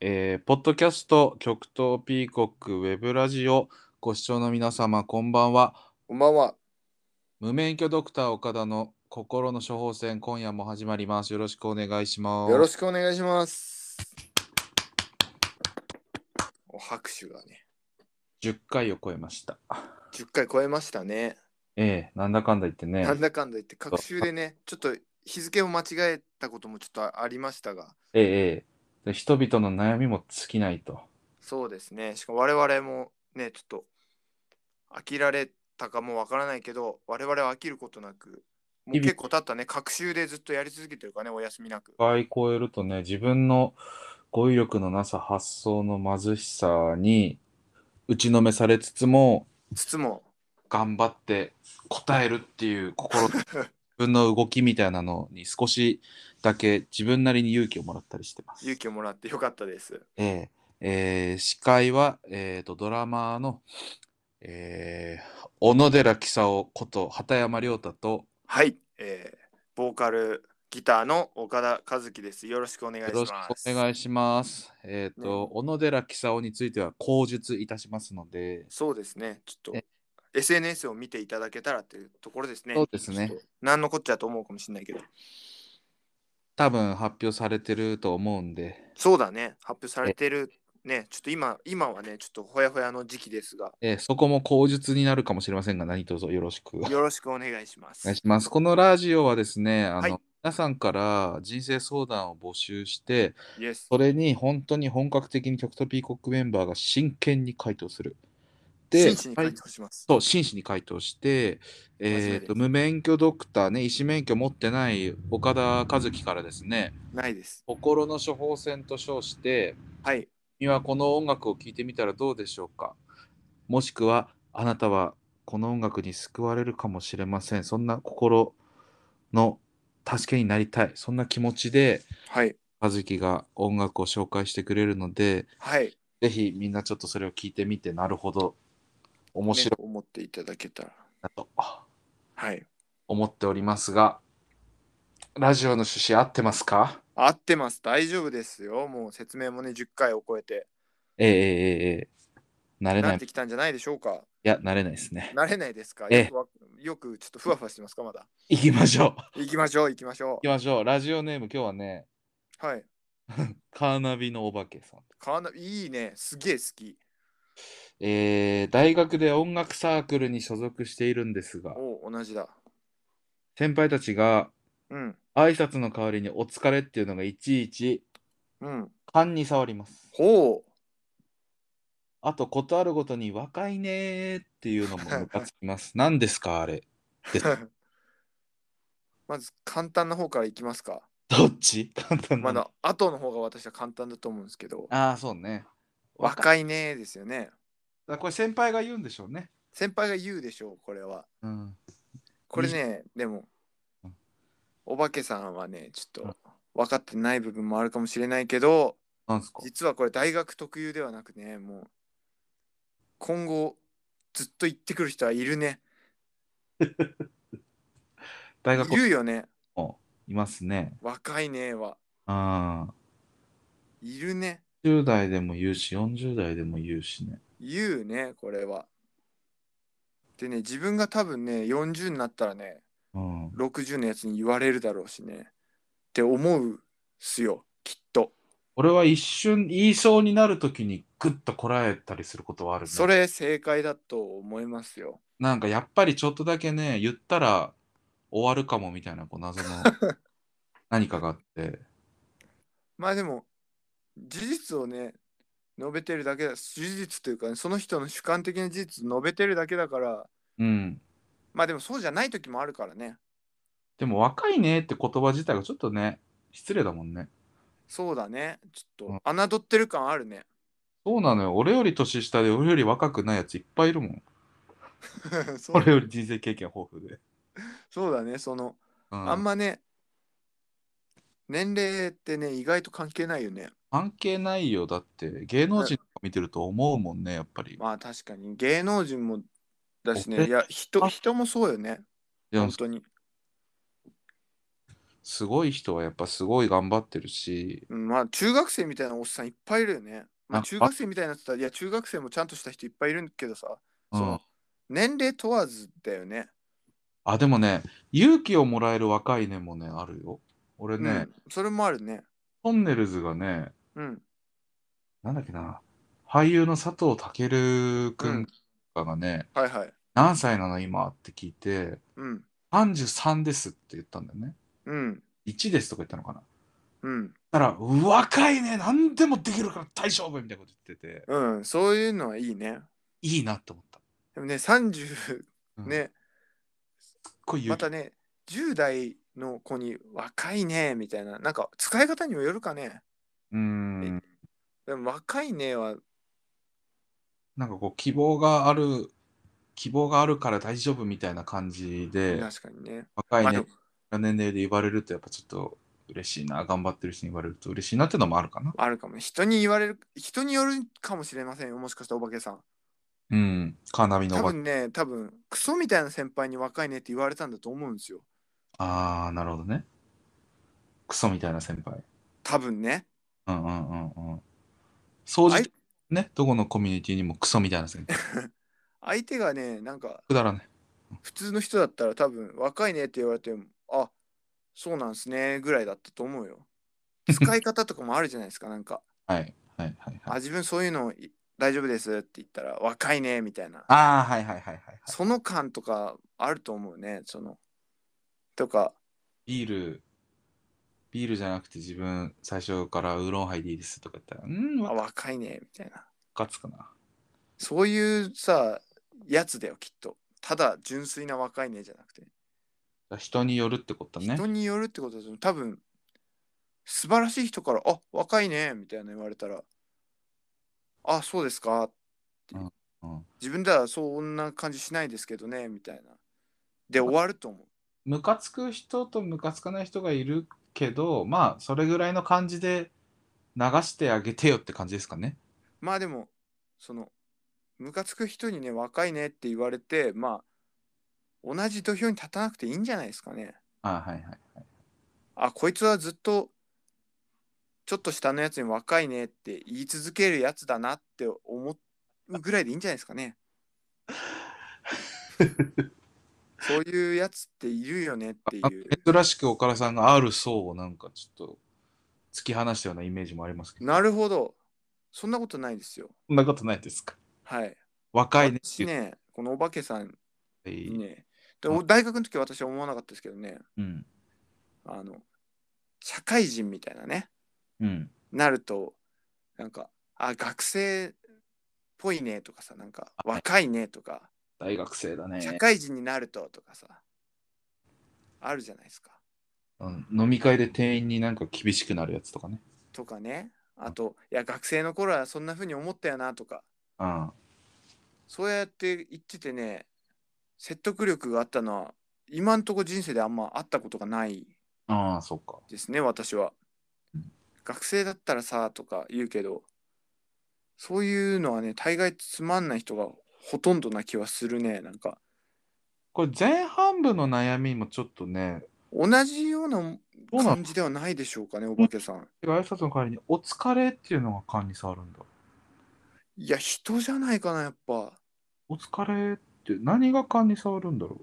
えーポッドキャスト極東ピーコックウェブラジオご視聴の皆様こんばんはこんばんは。無免許ドクター岡田の心の処方箋今夜も始まりますよろしくお願いしますよろしくお願いします。お拍手がね、 10回を超えました10回超えましたね。ええなんだかんだ言ってねなんだかんだ言って、各週でね、ちょっと日付を間違えたこともちょっとありましたが、ええええで人々の悩みも尽きないとそうですね。しかも我々もね、ちょっと飽きられたかもわからないけど、我々は飽きることなく、もう結構経ったね、各週でずっとやり続けてるからね、お休みなく。 10回超えるとね自分の語彙力のなさ発想の貧しさに打ちのめされつつもつつも、頑張って答えるっていう心自分の動きみたいなのに少しだけ自分なりに勇気をもらったりしてます。勇気をもらってよかったです。えええー司会は、えー、とドラマーの、えー小野寺喜久夫こと畑山亮太とはい、えー、ボーカルギターの岡田和樹です。よろしくお願いよしろましす。くお願いします。えっ、と、小野寺喜久夫については口述いたしますので、そうですね、ちょっねと SNS を見ていただけたらっていうところですね。そうですねちょっと。何のこっちゃと思うかもしれないけど。多分発表されてると思うんで、そうだね、発表されてるね、ちょっと今今はね、ちょっとほやほやの時期ですが、えーそこも口述になるかもしれませんが、何卒よろしく。よろしくお願いしまお願いす。します。このラジオはですね、あの、はい皆さんから人生相談を募集して、イエス。それに本当に本格的に極トピーコックメンバーが真剣に回答する。真で、摯には回い答します。そう真摯に回答して、えーと真面目です無免許ドクターね、医師免許持ってない岡田和樹からですね、ないです。心の処方箋と称して、はい。君はこの音楽を聴いてみたらどうでしょうかもしくはあなたはこの音楽に救われるかもしれませんそんな心の助けになりたいそんな気持ちではい。和樹が音楽を紹介してくれるのではい。ぜひみんなちょっとそれを聞いてみてなるほど面白いね思っていただけたら。なとはい。思っておりますがラジオの趣旨合ってますか合ってます。大丈夫ですよ。もう説明もね、10回を超えて。ええええええ慣れなないっいてきたんじゃないでしょうか。や慣れないですね慣れないですかええよくわよくちょっとふわふわしてますかまだ。行きましょう行きましょう、行きましょ行きましょうラジオネーム今日はねう。はい。カーナビのお化けさん。カーナいいね。すげえ好き。えー大学で音楽サークルに所属しているんですが、おう同じだ。先輩たちがうん。挨拶の代わりにお疲れっていうのがいちいちうん。勘に触ります。ほう。あと、ことあるごとに若いねーっていうのもムカつき ます。何ですかあれ。まず簡単な方からいきますか。どっち簡単なまのだ後の方が私は簡単だと思うんですけど。ああ、そうね。若い。若いねーですよね。だからこれ先輩が言うんでしょうね。先輩が言うでしょう、これは。うん。これね、でもうん、お化けさんはね、ちょっと分かってない部分もあるかもしれないけど、なんすか実はこれ大学特有ではなくねもう今後ずっと行ってくる人はいるね大学言うよねもいますね。若いねはああ。いるね10代でも言うし、40代でも言うしね。言うねこれはでね自分が多分ね40になったらねうん。 60のやつに言われるだろうしねって思うっすよきっと俺は一瞬言いそうになるときにグッとこらえたりすることはあるねそれ正解だと思いますよなんかやっぱりちょっとだけね言ったら終わるかもみたいなこう謎の 何かがあってまあでも事実をね述べてるだけだ事実というか、ね、その人の主観的な事実を述べてるだけだからうんまあでもそうじゃない時もあるからねでも若いねって言葉自体がちょっとね失礼だもんねそうだねちうょんっと侮ってる感あるね そうなのよ俺より年下で俺より若くないやついっぱいいるもんそう俺より人生経験豊富で、そうだねその、うん、あんまね年齢ってね意外と関係ないよね関係ないよだって芸能人とか見てると思うもんねやっぱりまあ確かに芸能人もだし俺ねいや人人もそうよねでも本当にすごい人はやっぱすごい頑張ってるし、うんまあ中学生みたいなおっさんいっぱいいるよね。まあ、あ中学生みたいなって言ったら、いや中学生もちゃんとした人いっぱいいるけどさ、うんそう年齢問わずだよね。あでもね勇気をもらえる若いねもねあるよ俺ね、うん、それもあるね。トンネルズがねうん。なんだっけな俳優の佐藤健くんとかがね、はいはい。何歳なの今って聞いてうん。 33ですって言ったんだよねうん。 1ですとか言ったのかなうん。だから若いね何でもできるから大丈夫みたいなこと言っててうん。そういうのはいいね。いいなって思った、でもね、30うんね、すっごい勇ま気、たね、10代の子に若いね、みたいな。なんか使い方にもよるかね。うーんでも若いねは、なんかこう希望がある希望があるから大丈夫みたいな感じで確かにね。若いまあでねも年齢で言われるとやっぱちょっと嬉しいな頑張ってる人に言われると嬉しいなってのもあるかなあるかもね。人に言われる、人によるかもしれませんよ。もしかしたらお化けさん。うんカーナビの多おば分ね、多分クソみたいな先輩に若いねって言われたんだと思うんですよ。ああなるほどねクソみたいな先輩多分ね。うんうんうんうん掃あ除いねどこのコミュニティにもクソみたいな先輩相手がね、なんかくだらない普通の人だったら多分若いねって言われても、あそうなんすねぐらいだったと思 うよ。使い方とかもあるじゃないですか。なんか、はいはいはい あ、はい自分そういうのい大丈夫ですって言ったら若いねみたいな。ああはいはいはいはいはいその感とかあると思うね。その。とか、ビールビールじゃなくて自分最初からウーロンハイでいいですとか言ったらうんあわ若いねみたいな。かつくなそういうさ、やつだよ、きっと。ただ純粋な若いねじゃなくて。人によるってことね人によるってことだと多分素晴らしい人から「あ若いね」みたいなの言われたら「あそうですか」って、うんうん自分ではそんな感じしないですけどねみたいなで終わると思うムカつく人とムカつかない人がいるけどまあそれぐらいの感じで流してあげてよって感じですかねまあでもそのムカつく人にね「若いね」って言われてまあ同じ土俵に立たなくていいんじゃないですかねあはいはいあこいつはずっとちょっと下のやつに若いねって言い続けるやつだなって思うぐらいでいいんじゃないですかね。そういうやつっているよねっていう。あ珍しく岡田さんがある層をなんかちょっと突き放したようなイメージもありますけどなるほど。そんなことないですよ。そんなことないですかはい。若いねって私言っね、このお化けさんていにい、ね、でお大学の時は私は思わなかったですけどね、うんあの、社会人みたいなね、うんなると、なんか、あ、学生っぽいねとかさ、なんか、若いねとか、大学生だね社会人になるととかさあるじゃないですかうん飲み会で店員になんか厳しくなるやつとかねとかねあといや学生の頃はそんな風に思ったよなとかうんそうやって言っててね説得力があったのは今んとこ人生であんまあったことがないああそっかですね私はうん学生だったらさとか言うけどそういうのはね大概つまんない人がほとんどな気はするねなんかこれ前半部の悩みもちょっとね同じようなどうな感のじではないでしょうかねお化けさん挨拶の代わりに「お疲れ」っていうのが感に触るんだいや人じゃないかなやっぱお疲れって何が勘に触るんだろ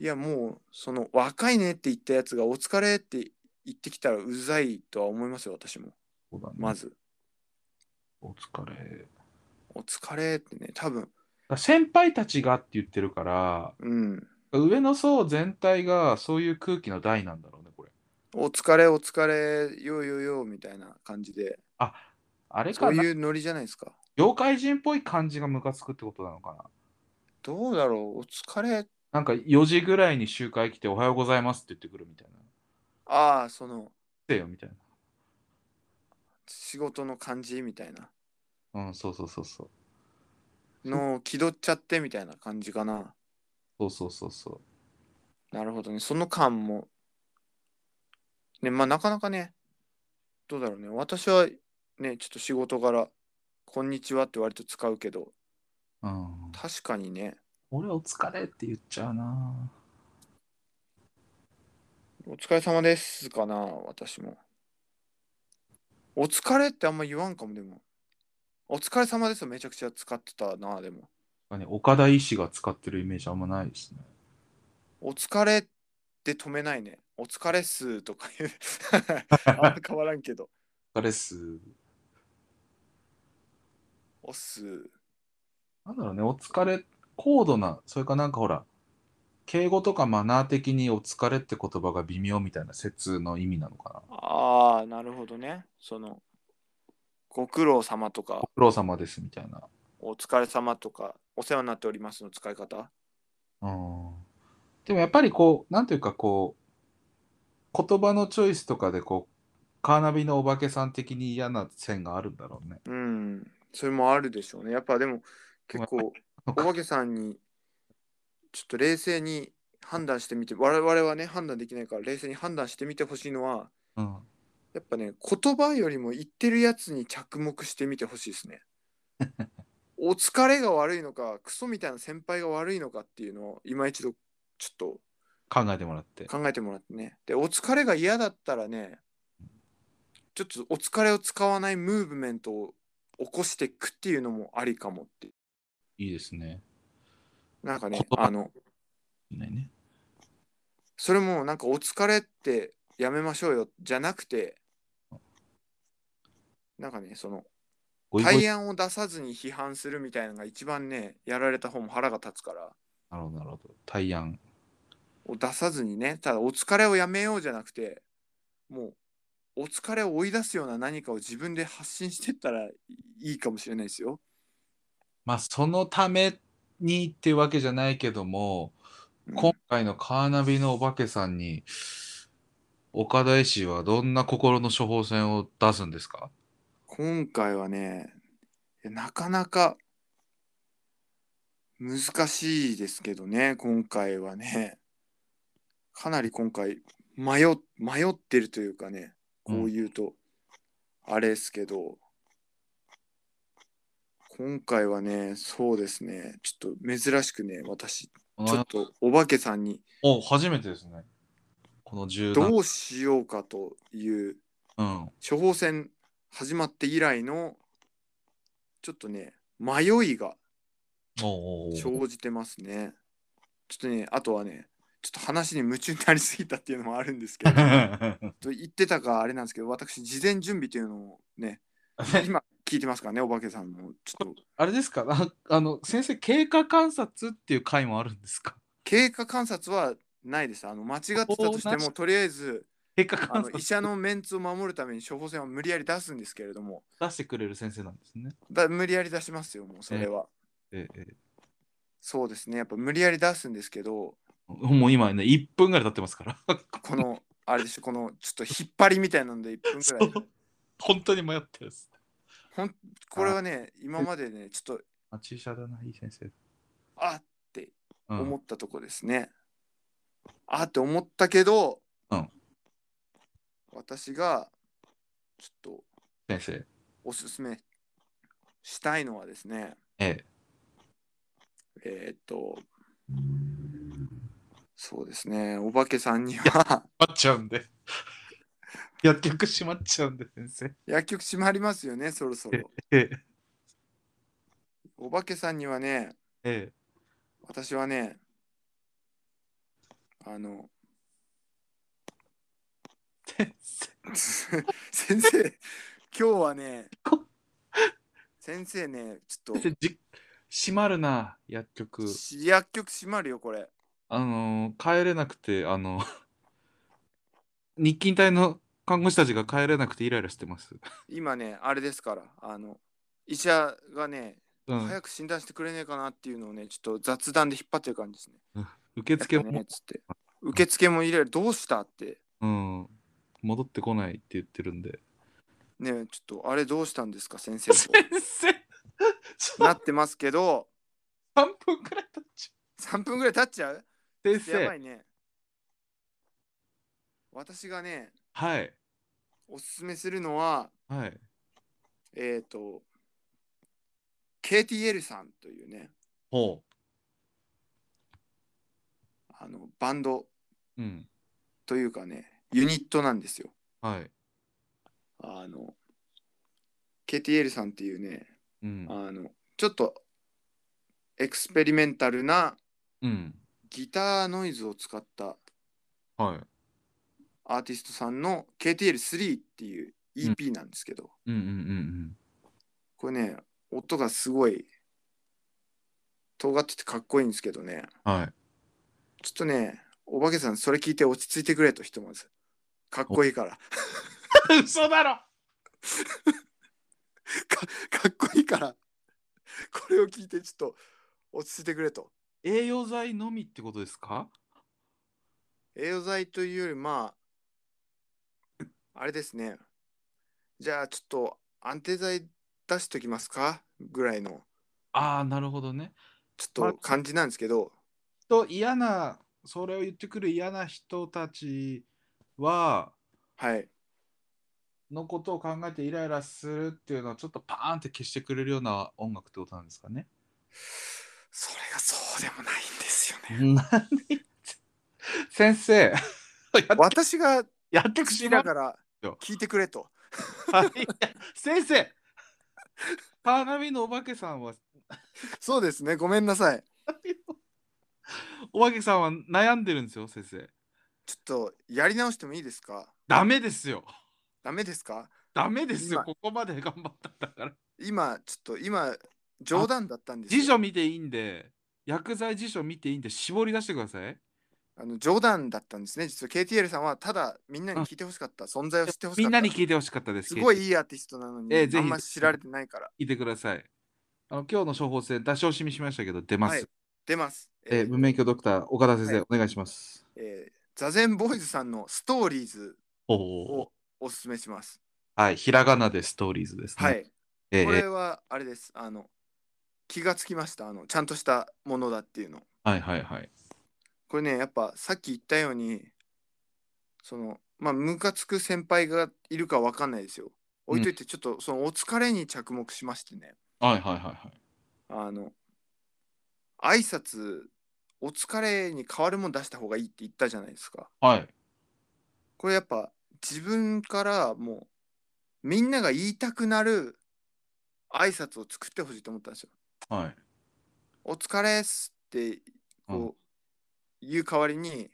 いやもうその若いねって言ったやつが「お疲れ」って言ってきたらうざいとは思いますよ私もうそうだねまずお疲れ。 「お疲れ」ってね多分先輩たちがって言ってるから、うん上の層全体がそういう空気の台なんだろうね、これ。 「お疲れお疲れよよよ」みたいな感じであれそかうないうノリじゃないですか業界人っぽい感じがムカつくってことなのかな。どうだろう「お疲れなんか4時ぐらいに集会来ておはようございますって言ってくるみたいな。」ああそのせよみたい仕事の感じみたいなな。うん、そうそうそうそう。のを気取っちゃってみたいな感じかな そうそうそうそう。なるほどねその感もねまあなかなかねどうだろうね私はねちょっと仕事柄「こんにちは」って割と使うけどうん、確かにね俺お疲れって言っちゃうな。お疲れ様ですかな、私も。お疲れってあんま言わんかも、でも。お疲れ様ですよ、めちゃくちゃ使ってたな、でも。あね岡田医師が使ってるイメージあんまないですね。お疲れって止めないね。お疲れっすとか言う。あんま変わらんけど。お疲れっす。おっす。なんだろうね、お疲れ、高度な、それかなんかほら、敬語とかマナー的にお疲れって言葉が微妙みたいな説の意味なのかな。ああ、なるほどね。その、ご苦労様とかご、苦労様ですみたいな。お疲れ様とか、お世話になっておりますの使い方。うん。でもやっぱりこう、なんていうかこう、言葉のチョイスとかでこう、カーナビのお化けさん的に嫌な線があるんだろうね。うん。それもあるでしょうね。やっぱでも、結構、お化けさんに、ちょっと冷静に判断してみて、我々はね、判断できないから、冷静に判断してみてほしいのは、うん。やっぱね、言葉よりも言ってるやつに着目してみてほしいですね。お疲れが悪いのか、クソみたいな先輩が悪いのかっていうのを、今一度、ちょ考えてもらってっと。考えてもらってね。で、お疲れが嫌だったらね、ちょっとお疲れを使わないムーブメントを起こしていくっていうのもありかもって。いいですね。なんかね 言、葉あの、ないね。それもなんかお疲れってやめましょうよじゃなくてなんかねそのごいごい対案を出さずに批判するみたいなのが一番ねやられた方も腹が立つからなるほど、なるほど。対案。を出さずにねただお疲れをやめようじゃなくてもうお疲れを追い出すような何かを自分で発信してったらいいかもしれないですよ。まあ、そのためにっていうわけじゃないけども、うん今回のカーナビのお化けさんに、岡田医師はどんな心の処方箋を出すんですか今回はねなかなか難しいですけどね今回はねかなり今回迷っ迷ってるというかねこう言うとあれですけど、今回はねそうですねちょっと珍しくね私ちょっとお化けさんにお、初めてですね。この柔軟。どうしようかといううん。処方箋始まって以来のちょっとね迷いがおうおうおう生じてますね。ちょっとねあとはねちょっと話に夢中になりすぎたっていうのもある んですけどと言ってたかあれなんですけど私事前準備というのを ね今聞いてますからねお化けさんもちょっと あれですかああの先生経過観察っていう回もあるんですか経過観察はないですあの間違ってたとしておーなしもとりあえず 経過あ観の察医者のメンツを守るために処方箋は無理やり出すんですけれども出してくれる先生なんですね。だ無理やり出しますよもうそれは。ええええそうですねやっぱ無理やり出すんですけどもう今ね1分ぐらい経ってますから。このあれでしょこのちょっと引っ張りみたいなので1分ぐらいそう 本当に迷ってるです。これはね今までねちょっとあ注射だな、いい先生。あっってうん思ったとこですね、あって思ったけど、うん私がちょっと先生。おすすめしたいのはですねええ。えーっとそうですねお化けさんには閉まっちゃうんで。 薬局閉まっちゃうんで、先生。 薬局閉まりますよねそろそろえお化けさんにはねえ。私はねあの 先生。先生今日はね先生ねちょっと先生じ閉まるな、薬局。し薬局閉まるよこれあのー帰れなくて、あの、日勤隊の看護師たちが帰れなくてイライラしてます。今ねあれですからあの医者がね、うん。早く診断してくれねえかなっていうのをねちょっと雑談で引っ張ってる感じですね受付やっぱも、ねつって受付も入れるどうしたってうん。戻ってこないって言ってるんで。ねちょっとあれどうしたんですか先生と生ち ょなってますけど3分くらい経っち3分ぐらい経っちゃうゃう。先やば生。いね私がねはい。おすすめするのははい。えっ、と KTL さんというねほあのバンドう。うん。というかねユニットなんですよはい。あの KTL さんっていうねうん。あのちょっとエクスペリメンタルなうん。ギターノイズを使ったはい。アーティストさんの KTL3 っていう EP なんですけど、うんうんうんこれね音がすごい尖っててかっこいいんですけどねうん。はい。ちょっとねおばけさんそれ聞いて落ち着いてくれとひとまずかっこいいから 嘘だろかっこいいから これを聞いてちょっと落ち着いてくれと栄養剤のみってことですか栄養剤というよりまああれですねじゃあちょっと安定剤出しときますかぐらいのああ、なるほどね。ちょっと感じなんですけど、と嫌な、それを言ってくる嫌な人たちは、はいのことを考えてイライラするっていうのはちょっとパーンって消してくれるような音楽ってことなんですかね。それがそうでもないんで すよね 何先生私がやってく口しだなから聞いてくれと先生カーナビのお化けさんはそうですねごめんなさいお化けさんは悩んでるんですよ先生ちょっとやり直してもいいですかダメですよダメですかダメですよ今ここまで頑張ったんだから今ちょっと今冗談だったんです辞よ書見ていいんで薬剤辞書見ていいんで絞り出してくださいあの冗談だったんですね実は KTL さんはただみんなに聞いてほしかった存在を知ってほしかったみんなに聞いてほしかったですすご聞いいいアーティストなのに、ええぜひあんま知られてないからいてくださいあの今日の処方箋出し惜しみしましたけど出ます、はい出ますえー、文明教ドクター岡田先生、はいお願いしますえー座禅ボーイズさんのストーリーズおをおすすめしますはいひらがなでストーリーズですねはいえーこれはあれですあの気がつきましたあのちゃんとしたものだっていうのはいはいはいこれねやっぱさっき言ったようにそのまあムカつく先輩がいるかわかんないですよ置いといてちょっとそのお疲れに着目しましてね、はいはいはいはいあの挨拶お疲れに変わるもん出した方がいいって言ったじゃないですかはい。これやっぱ自分からもうみんなが言いたくなる挨拶を作ってほしいと思ったんですよはい。お疲れっすっうてんこう言う代わりに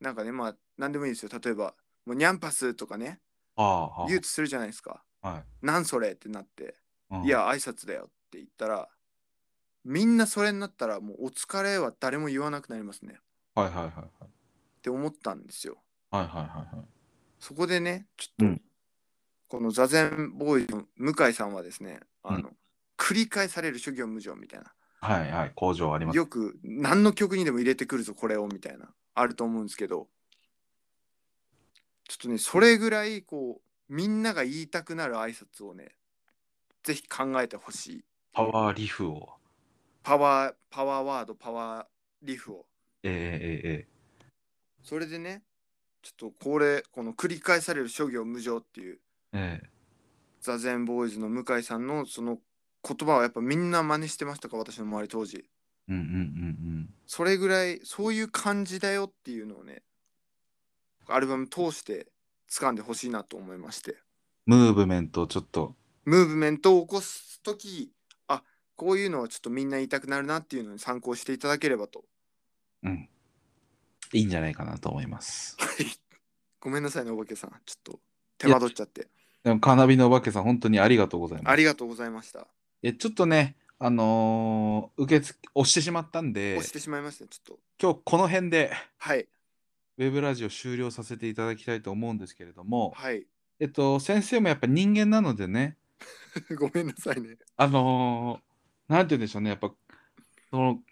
なんかねまあ何でもいいですよ例えば「もうニャンパス」とかねああ。言うとするじゃないですかは「なんそれ?」ってなって「いい。や挨拶だよ」って言ったらみんなそれになったらもう「お疲れ」は誰も言わなくなりますねはいはいはいはい。って思ったんですよはいはいはいはい。そこでねちうょっとんこの座禅ボーイズの向井さんはですねあの、繰り返される諸行無常みたいなはいはい。工場あります。よく何の曲にでも入れてくるぞこれをみたいなあると思うんですけどちょっとねそれぐらいこうみんなが言いたくなる挨拶をねぜひ考えてほしいパワーリフを。パワーパワーワードパワーリフをえそれでねちょっとこれこの繰り返される諸行無常っていうえええええ。座禅ボーイズの向井さんのその言葉はやっぱみんな真似してましたか私の周り当時うんうんうんそれぐらいそういう感じだよっていうのをねアルバム通して掴んでほしいなと思いましてうん。ムーブメントをちょっと。ムーブメントを起こす時あこういうのはちょっとみんな言いたくなるなっていうのに参考していただければと うん。いいんじゃないかなと思います。ごめんなさいねおばけさんちょっと手間取っちゃってでもカーナビのお化けさん、本当にありがとうございまあす。りがとうございましたえちょっとね、あのー受付押してしまったんで押、してしまいましたねちょっと今日この辺ではいウェブラジオ終了させていただきたいと思うんですけれども、はいえっと、先生もやっぱ人間なのでね、 ごめんなさいねあのーなんて言うんでしょうね、やっぱ、その、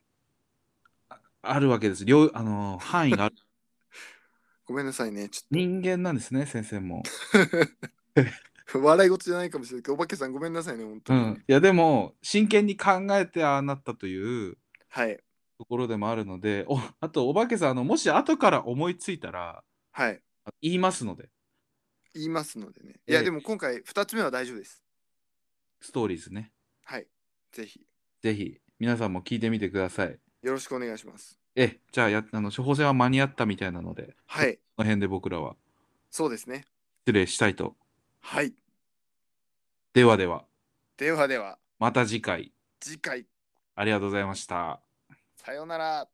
ああるわけです。両、あのー範囲 がある。ごめんなさいねちょっ人間なんですね、先生 も。と笑い事じゃないかもしれないけどおばけさんごめんなさいね本当うに、ん。いや、でも、真剣に考えてああなったというはいところでもあるので、おあと、お化けさん、あの、もし後から思いついたら、はい言いますので、言いますのでねいやええでも今回2つ目は大丈夫ですストーリーズね。はい。ぜひ、ぜひ、皆さんも聞いてみてください。よろしくお願いします。え、じゃあや、あの、処方箋は間に合ったみたいなので、はい。の辺で僕らはそうですね。失礼したいと。はい。ではでは、ではでは、また次回、次回、ありがとうございました。さようなら。